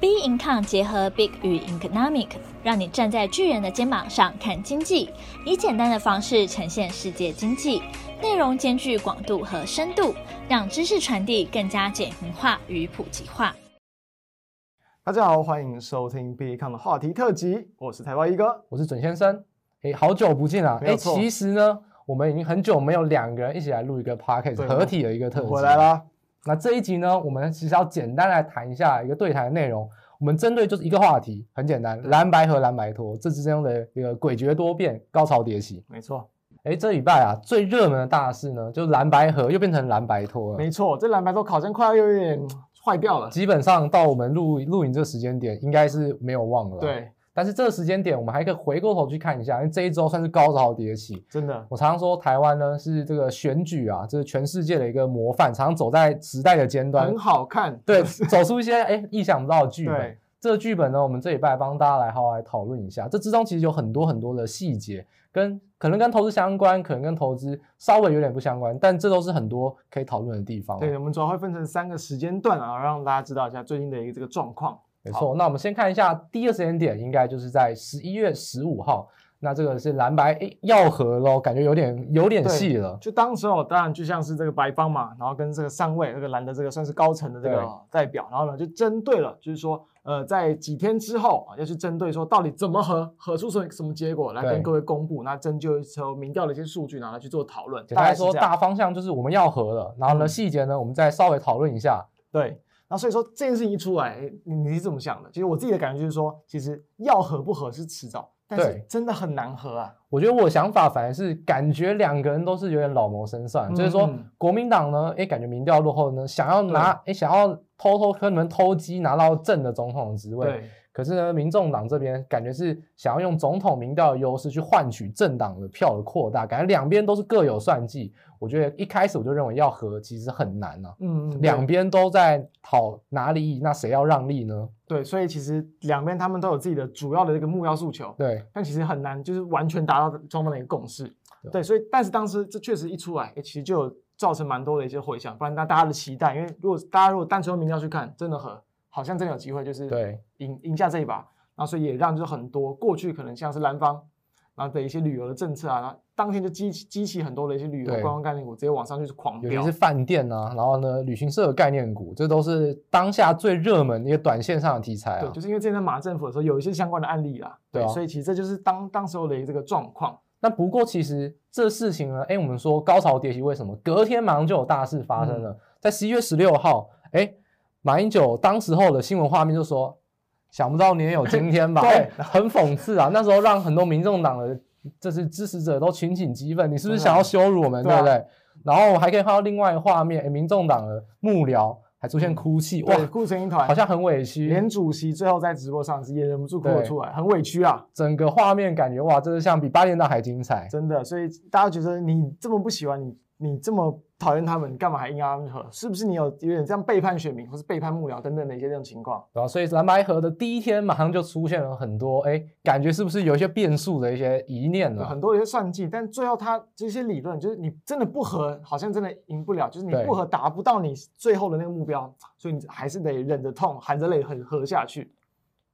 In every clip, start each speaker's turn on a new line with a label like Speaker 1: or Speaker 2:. Speaker 1: b i n c o m e 结合 Big 与 Economic，让你站在巨人的肩膀上看经济，以简单的方式呈现世界经济，内容兼具广度和深度，让知识传递更加简明化与普及化。
Speaker 2: 大家好，欢迎收听 b i c o m 的话题特辑，我是台湾一哥。
Speaker 3: 我是准先生。哎，好久不见啊！
Speaker 2: 没有
Speaker 3: 哎，
Speaker 2: 错
Speaker 3: 其实呢，我们已经很久没有两个人一起来录一个 podcast
Speaker 2: 对
Speaker 3: 合体的一个特辑
Speaker 2: 回来。啦，
Speaker 3: 那这一集呢，我们其实要简单来谈一下一个对谈的内容。我们针对就是一个话题，很简单，蓝白和蓝白拖这之间的一个诡谲多变、高潮迭起。
Speaker 2: 没错，
Speaker 3: 哎，这礼拜啊，最热门的大事呢，就是蓝白河又变成蓝白拖了
Speaker 2: 没。错，这蓝白都考生快要有点嗯坏掉了。
Speaker 3: 基本上到我们录录影这个时间点，应该是没有忘了。，
Speaker 2: 对，
Speaker 3: 但是这个时间点，我们还可以回过头去看一下，因为这一周算是高潮迭起。
Speaker 2: 真的，
Speaker 3: 我常常说台湾呢是这个选举啊，这是全世界的一个模范，常常走在时代的尖端
Speaker 2: 很，好看。
Speaker 3: 对，走出一些哎意想不到的剧本
Speaker 2: 对。，
Speaker 3: 这个剧本呢，我们这礼拜帮大家来好好来讨论一下。这之中其实有很多很多的细节，跟可能跟投资相关，可能跟投资稍微有点不相关，但这都是很多可以讨论的地方。啊
Speaker 2: 对，我们主要会分成三个时间段啊，让大家知道一下最近的一个这个状况。
Speaker 3: 没错，那我们先看一下第一个时间点，应该就是在十一月十五号。那这个是蓝白哎要合喽，感觉有点有点
Speaker 2: 对
Speaker 3: 戏了。
Speaker 2: 就当时候，当然就像是这个白方嘛，然后跟这个上位这个蓝的这个算是高层的这
Speaker 3: 对
Speaker 2: 个代表，然后呢就针对了，就是说呃在几天之后啊，要去针对说到底怎么合，合出什什么结果来
Speaker 3: 对
Speaker 2: 跟各位公布，那针就就民调的一些数据，然后来去做讨论。
Speaker 3: 简单来
Speaker 2: 概是
Speaker 3: 说，
Speaker 2: 这样
Speaker 3: 大方向就是我们要和了，然后呢，
Speaker 2: 嗯
Speaker 3: 细节呢，我们再稍微讨论一下。
Speaker 2: 对。那所以说这件事情一出来，诶你你是怎么想的？其实我自己的感觉就是说，其实要合不合是迟早，但是
Speaker 3: 对
Speaker 2: 真的很难合啊。
Speaker 3: 我觉得我的想法反而是感觉两个人都是有点老谋深算，
Speaker 2: 嗯
Speaker 3: 就是说
Speaker 2: 嗯
Speaker 3: 国民党呢，哎，感觉民调落后呢，想要拿哎想要偷偷跟你们偷鸡拿到正的总统职位，
Speaker 2: 对，
Speaker 3: 可是呢，民众党这边感觉是想要用总统民调的优势去换取政党的票的扩大，感觉两边都是各有算计。我觉得一开始我就认为要和其实很难啊，
Speaker 2: 嗯，嗯
Speaker 3: 两边都在讨拿利益，那谁要让利呢？
Speaker 2: 对，所以其实两边他们都有自己的主要的这个目标诉求。
Speaker 3: 对。
Speaker 2: 但其实很难，就是完全达到双方的一个共识。
Speaker 3: 对啊
Speaker 2: 对，所以但是当时这确实一出来，诶其实就有造成蛮多的一些回响，不然那大家的期待，因为如果大家如果单纯用民调去看，真的很好像真的有机会，就是
Speaker 3: 对
Speaker 2: 赢赢下这一把，那所以也让就是很多过去可能像是蓝方，然后的一些旅游的政策啊，然后当天就激起激起很多的一些旅游
Speaker 3: 对
Speaker 2: 观光概念股直接往上就是狂
Speaker 3: 尤其
Speaker 2: 飙
Speaker 3: 是，饭店啊，然后呢，旅行社的概念股，这都是当下最热门的一个短线上的题材
Speaker 2: 对，
Speaker 3: 啊
Speaker 2: 就。是因为之前在马政府的时候有一些相关的案例啦，
Speaker 3: 对啊
Speaker 2: 所以其实这就是当当时候的这个状况，
Speaker 3: 那不过其实这事情呢，哎，我们说高潮迭起，为什么隔天马上就有大事发生
Speaker 2: 嗯
Speaker 3: 了？在十一月十六号，哎，马英九当时候的新闻画面就说，想不到你也有今天吧？
Speaker 2: 对
Speaker 3: 诶很讽刺啊！那时候让很多民众党的就是支持者都群起激愤，你是不
Speaker 2: 真的
Speaker 3: 是想要羞辱我们，
Speaker 2: 对
Speaker 3: 对
Speaker 2: 啊
Speaker 3: 不对？然后我还可以看到另外一个画面，哎，民众党的幕僚还出现哭泣，哇
Speaker 2: 嗯对，，哭成一团，
Speaker 3: 好像很委屈，
Speaker 2: 连主席最后在直播上也忍不住哭了
Speaker 3: 对
Speaker 2: 出来，很委屈啊，
Speaker 3: 整个画面感觉哇，这是像比八点档还精彩。
Speaker 2: 真的。所以大家觉得你这么不喜欢你，你这么讨厌他们，你干嘛还硬要他们和？是不是你有有点这样背叛选民，或是背叛幕僚等等的一些这种情况？
Speaker 3: 然后，啊所以蓝白河的第一天马上就出现了很多，哎，感觉是不是有一些变数的一些疑念啊
Speaker 2: 有
Speaker 3: 呢？
Speaker 2: 很多的一些算计，但最后他这些理论就是你真的不和，好像真的赢不了，就是你
Speaker 3: 对
Speaker 2: 不和达不到你最后的那个目标，所以你还是得忍着痛，含着泪很和下去。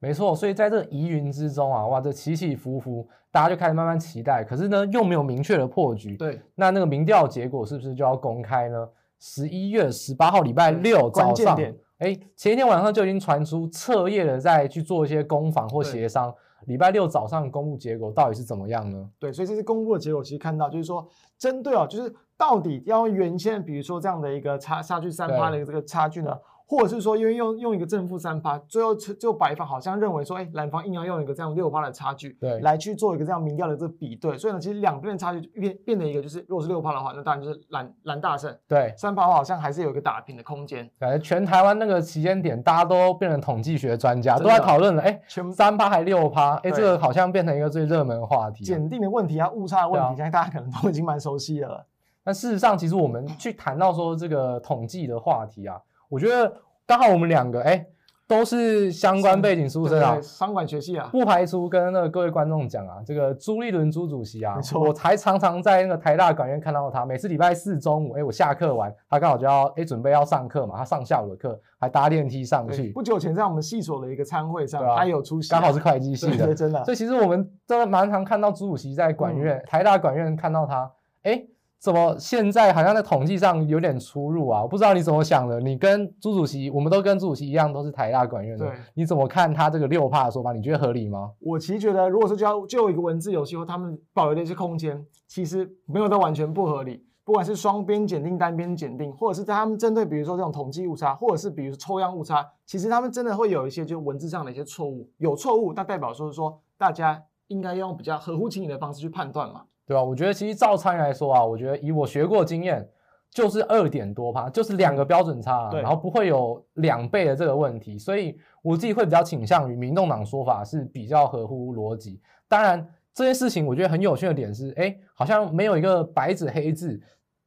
Speaker 3: 没错，所以在这疑云之中啊，哇，这起起伏伏，大家就开始慢慢期待，可是呢，又没有明确的破局。
Speaker 2: 对，
Speaker 3: 那那个民调结果是不是就要公开呢？十一月十八号礼拜六
Speaker 2: 关
Speaker 3: 早
Speaker 2: 键
Speaker 3: 上
Speaker 2: 点，
Speaker 3: 哎，前一天晚上就已经传出彻夜的在去做一些攻防或
Speaker 2: 对
Speaker 3: 协商，礼拜六早上公布结果到底是怎么样呢？
Speaker 2: 对，所以这次公布的结果，其实看到就是说，针对哦，就是到底要用原先比如说这样的一个差差距三趴的一个这个差距呢，或者是说因为用用一个正负三趴，最后最后白方好像认为说，哎，蓝方硬要用一个这样六趴的差距，
Speaker 3: 对
Speaker 2: 来去做一个这样民调的这个比对，所以呢，其实两边的差距就变变得一个就是，如果是六趴的话，那当然就是蓝蓝大胜，
Speaker 3: 对，
Speaker 2: 三趴的话好像还是有一个打平的空间，
Speaker 3: 感觉全台湾那个期间点，大家都变成统计学专家，
Speaker 2: 真
Speaker 3: 都
Speaker 2: 的
Speaker 3: 在讨论了。哎，
Speaker 2: 全
Speaker 3: 三趴还六趴，哎，
Speaker 2: 对
Speaker 3: 这个好像变成一个最热门的话题啊。
Speaker 2: 检定的问题啊，误差的问题，
Speaker 3: 对啊
Speaker 2: 现在大家可能都已经蛮熟悉的了，
Speaker 3: 但事实上，其实我们去谈到说这个统计的话题啊，我觉得刚好我们两个哎都是相关背景出身啊
Speaker 2: 对，商管学系啊，
Speaker 3: 不排除跟那个各位观众讲啊，这个朱立伦朱主席啊
Speaker 2: 没，错
Speaker 3: 我才常常在那个台大管院看到他，每次礼拜四中午，哎，我下课完，他刚好就要哎准备要上课嘛，他上下午的课，还搭电梯上
Speaker 2: 对
Speaker 3: 去
Speaker 2: 不，久前在我们系所的一个参会上
Speaker 3: 对，啊
Speaker 2: 他有出席啊，
Speaker 3: 刚好是会计系
Speaker 2: 对对
Speaker 3: 的，
Speaker 2: 真的啊嗯
Speaker 3: 所以其实我们真的蛮常看到朱主席在管院、台大管院看到他，哎，怎么现在好像在统计上有点出入啊？我不知道你怎么想的，你跟朱主席，我们都跟朱主席一样，都是台大管院的
Speaker 2: 对，
Speaker 3: 你怎么看他这个六帕的说法？你觉得合理吗？
Speaker 2: 我其实觉得，如果说就要就一个文字游戏或他们保留的一些空间，其实没有到完全不合理。不管是双边检定、单边检定，或者是在他们针对比如说这种统计误差，或者是比如抽样误差，其实他们真的会有一些就文字上的一些错误。有错误，那代表说是说大家应该用比较合乎情理的方式去判断嘛。
Speaker 3: 对吧？我觉得其实照常理来说啊，我觉得以我学过的经验，就是二点多趴，就是两个标准差啊、
Speaker 2: 对
Speaker 3: 然后不会有两倍的这个问题，所以我自己会比较倾向于民众党说法是比较合乎逻辑。当然，这件事情我觉得很有趣的点是，哎，好像没有一个白纸黑字，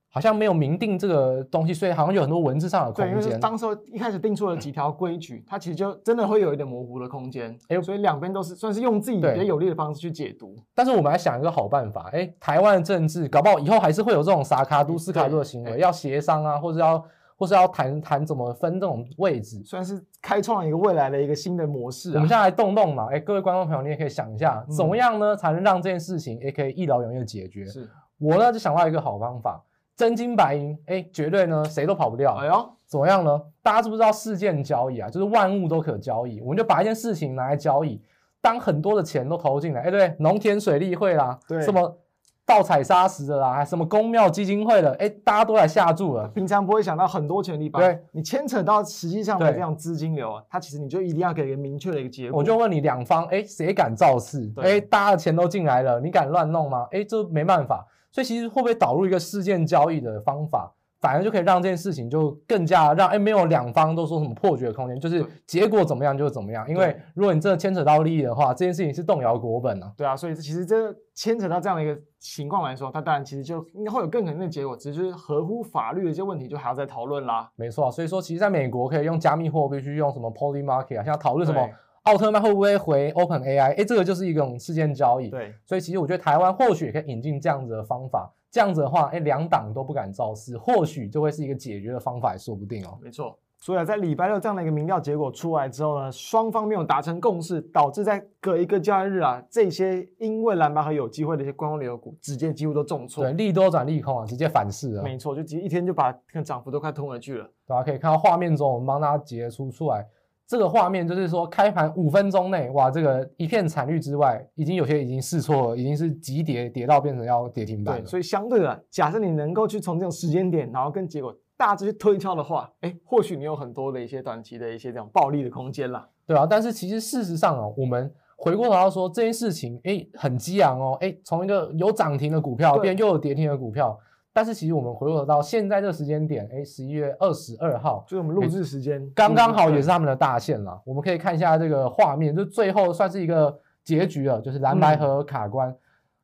Speaker 3: 好像没有明定这个东西，所以好像有很多文字上的
Speaker 2: 对，因
Speaker 3: 空
Speaker 2: 为是
Speaker 3: 间。
Speaker 2: 当时候一开始定出了几条规矩，它其实就真的会有一点模糊的空间。
Speaker 3: 哎
Speaker 2: 所以两边都是算是用自己
Speaker 3: 对
Speaker 2: 比较有利的方式去解读。
Speaker 3: 但是我们来想一个好办法，哎，台湾的政治搞不好以后还是会有这种撒卡都斯卡都的
Speaker 2: 嗯
Speaker 3: 行
Speaker 2: 对
Speaker 3: 为，要协商啊，或者要或是要谈谈怎么分这种位置。
Speaker 2: 算是开创了一个未来的一个新的模式、啊。
Speaker 3: 我们现在来动动嘛，哎，各位观众朋友，你也可以想一下，
Speaker 2: 嗯
Speaker 3: 怎么样呢才能让这件事情也可以一劳永逸的解决？
Speaker 2: 是，
Speaker 3: 我呢就想到一个好方法，真金白银，哎，绝对呢谁都跑不掉。
Speaker 2: 哎呦，
Speaker 3: 怎么样呢？大家知不知道事件交易啊？就是万物都可交易，我们就把一件事情拿来交易。当很多的钱都投进来，哎，对，农田水利会啦，
Speaker 2: 对
Speaker 3: 什么盗采砂石的啦，还什么公庙基金会的，哎，大家都来下注了。
Speaker 2: 平常不会想到很多权利吧？
Speaker 3: 对，
Speaker 2: 你牵扯到实际上的
Speaker 3: 对
Speaker 2: 这样资金流啊，它其实你就一定要给一个明确的一个结果。
Speaker 3: 我就问你，两方哎，诶谁敢造次？
Speaker 2: 哎对
Speaker 3: 哎，大家的钱都进来了，你敢乱弄吗？哎，这没办法。所以其实会不会导入一个事件交易的方法，反而就可以让这件事情就更加让哎没有两方都说什么破局的空间，就是
Speaker 2: 对
Speaker 3: 结果怎么样就怎么样。因为
Speaker 2: 对
Speaker 3: 如果你真的牵扯到利益的话，这件事情是动摇国本啊。
Speaker 2: 对啊，所以其实这牵扯到这样的一个情况来说，它当然其实就应该会有更可能的结果，只是就是合乎法律的一些问题，就还要再讨论啦。
Speaker 3: 没错啊，所以说其实在美国可以用加密货币去用什么 Poly Market 啊，像讨论什么
Speaker 2: 对
Speaker 3: 奥特曼会不会回 Open AI，哎，这个就是一种事件交易。
Speaker 2: 对，
Speaker 3: 所以其实我觉得台湾或许也可以引进这样子的方法，这样子的话，哎，两党都不敢造势，或许就会是一个解决的方法，也说不定哦。
Speaker 2: 没错。所以啊，在礼拜六这样的一个民调结果出来之后呢，双方没有达成共识，导致在隔一个交易日啊，这些因为蓝白和有机会的一些观光旅游股，直接几乎都重挫
Speaker 3: 对，。利多转利空啊，直接反噬了。
Speaker 2: 没错，就直接一天就把可能涨幅都快吞回去了。
Speaker 3: 大家可以看到画面中，我们帮大家截出出来这个画面，就是说开盘五分钟内，哇，这个一片惨绿之外，已经有些已经试错了，已经是急跌，跌到变成要跌停板
Speaker 2: 对，
Speaker 3: 了。
Speaker 2: 所以相对的，啊假设你能够去从这种时间点，然后跟结果大致去推敲的话，哎，或许你有很多的一些短期的一些这种暴利的空间啦。
Speaker 3: 对啊，但是其实事实上啊，我们回过头来说这件事情，哎，很激昂哦，哎，从一个有涨停的股票
Speaker 2: 对
Speaker 3: 变又有跌停的股票，但是其实我们回过头到现在这个时间点，哎，十一月二十二号，
Speaker 2: 就是我们录制时间
Speaker 3: 刚刚好也
Speaker 2: 嗯
Speaker 3: 是
Speaker 2: 对
Speaker 3: 他们的大限了。我们可以看一下这个画面，就最后算是一个结局了，就是蓝
Speaker 2: 嗯
Speaker 3: 白和卡关。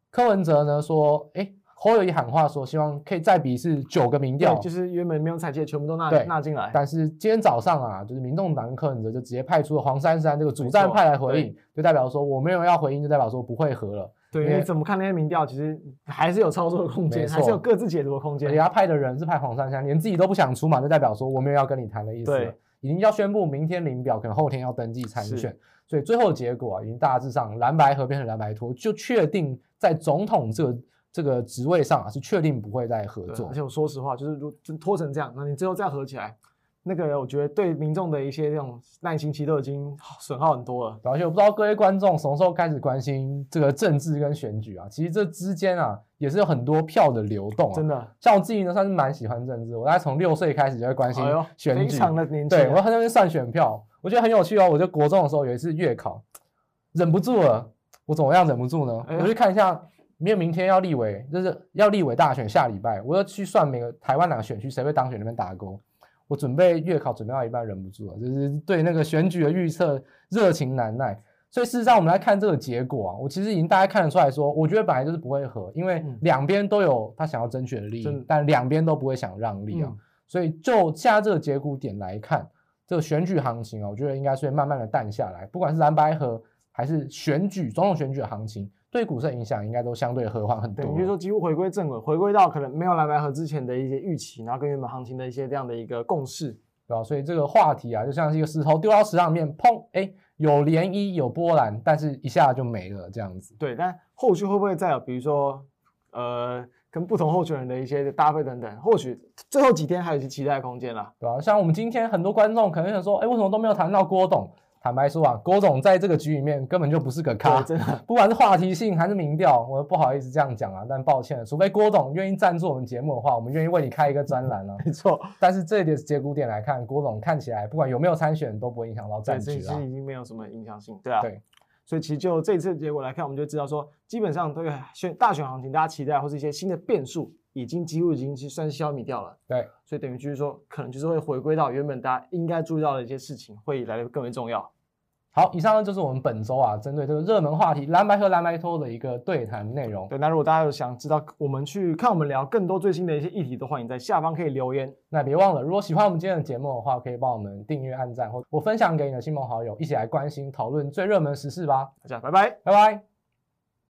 Speaker 3: 柯文哲呢说，哎，侯友谊喊话说，希望可以再比一次九个民调，
Speaker 2: 对，就是原本没有采集的全部都纳
Speaker 3: 对
Speaker 2: 纳进来。
Speaker 3: 但是今天早上啊，就是民众党跟柯文哲就直接派出了黄珊珊这个主战
Speaker 2: 没错
Speaker 3: 派来回应，就代表说我没有要回应，就代表说不会和了。
Speaker 2: 对，
Speaker 3: 因为
Speaker 2: 你怎么看那些民调，其实还是有操作的空
Speaker 3: 没
Speaker 2: 间，
Speaker 3: 错哎
Speaker 2: 还是有各自解读的空
Speaker 3: 而
Speaker 2: 间
Speaker 3: 且。他派的人是派黄珊珊，连自己都不想出马，就代表说我没有要跟你谈的意思了
Speaker 2: 对。
Speaker 3: 已经要宣布明天领表，可能后天要登记参选
Speaker 2: 是，
Speaker 3: 所以最后结果啊，已经大致上蓝白合变成蓝白拖，就确定在总统这个这个职位上啊，是确定不会再合
Speaker 2: 对啊
Speaker 3: 作
Speaker 2: 而。且我说实话，就是如果真拖成这样，那你最后再合起来，那个我觉得对民众的一些这种耐心，其实都已经损耗很多了。
Speaker 3: 而且我不知道各位观众什么时候开始关心这个政治跟选举啊，其实这之间啊也是有很多票的流动啊
Speaker 2: 真。的，
Speaker 3: 像我自己呢，算是蛮喜欢政治，我大概从六岁开始就会关心
Speaker 2: 哎呦，
Speaker 3: 选
Speaker 2: 非
Speaker 3: 举，
Speaker 2: 常的年轻啊。
Speaker 3: 对我在那边算选票，我觉得很有趣哦。我就国中的时候有一次月考，忍不住了，我怎么样忍不住呢？
Speaker 2: 哎呀
Speaker 3: 我去看一下，因为明天要立委，就是要立委大选，下礼拜我要去算每个台湾哪个选区谁会当选，那边打勾。我准备月考准备到一半，忍不住了，就是对那个选举的预测热情难耐。所以事实上，我们来看这个结果啊，我其实已经大家看得出来说，我觉得本来就是不会和，因为
Speaker 2: 嗯
Speaker 3: 两边都有他想要争取的利益，
Speaker 2: 真的
Speaker 3: 但两边都不会想让利啊。
Speaker 2: 嗯
Speaker 3: 所以就现在这个节骨点来看，这个选举行情啊，我觉得应该是会慢慢的淡下来，不管是蓝白河还是选举总统选举的行情，对股市的影响应该都相对啊和缓很多。
Speaker 2: 对，也就是说几乎回归正轨，回归到可能没有蓝白河之前的一些预期，然后跟原本行情的一些这样的一个共识。
Speaker 3: 对吧、所以这个话题啊，就像是一个石头丢到池塘里面，砰，哎，有涟漪，有波澜，但是一下就没了这样子。
Speaker 2: 对，但后续会不会再有，比如说，呃，跟不同候选人的一些搭配等等，或许最后几天还有一些期待空间啊啦。
Speaker 3: 对吧、像我们今天很多观众可能想说，哎，为什么都没有谈到郭董？坦白说啊，郭总在这个局里面根本就不是个咖
Speaker 2: 对，，真的，
Speaker 3: 不管是话题性还是民调，我不好意思这样讲啊，但抱歉了，除非郭董愿意赞助我们节目的话，我们愿意为你开一个专 栏啊。
Speaker 2: 没 错，
Speaker 3: 但是这一点节骨点来看，郭董看起来不管有没有参选都不会影响到
Speaker 2: 对，
Speaker 3: 战
Speaker 2: 这
Speaker 3: 局
Speaker 2: 其
Speaker 3: 啊
Speaker 2: 实。已经没有什么影响性，对啊。
Speaker 3: 对。
Speaker 2: 所以其实就这一次的结果来看，我们就知道说，基本上对选大选行情，大家期待或是一些新的变数，已经几乎已经算是消弭掉了。
Speaker 3: 对，
Speaker 2: 所以等于就是说，可能就是会回归到原本大家应该注意到的一些事情，会来的更为重要。
Speaker 3: 好，以上呢就是我们本周啊，针对这个热门话题蓝白和蓝白拖的一个对谈内容。
Speaker 2: 对，那如果大家有想知道我们去看我们聊更多最新的一些议题，都欢迎在下方可以留言。
Speaker 3: 那别忘了，如果喜欢我们今天的节目的话，可以帮我们订阅、按赞，或我分享给你的亲朋好友，一起来关心讨论最热门时事吧。
Speaker 2: 大家拜拜。
Speaker 3: 拜拜。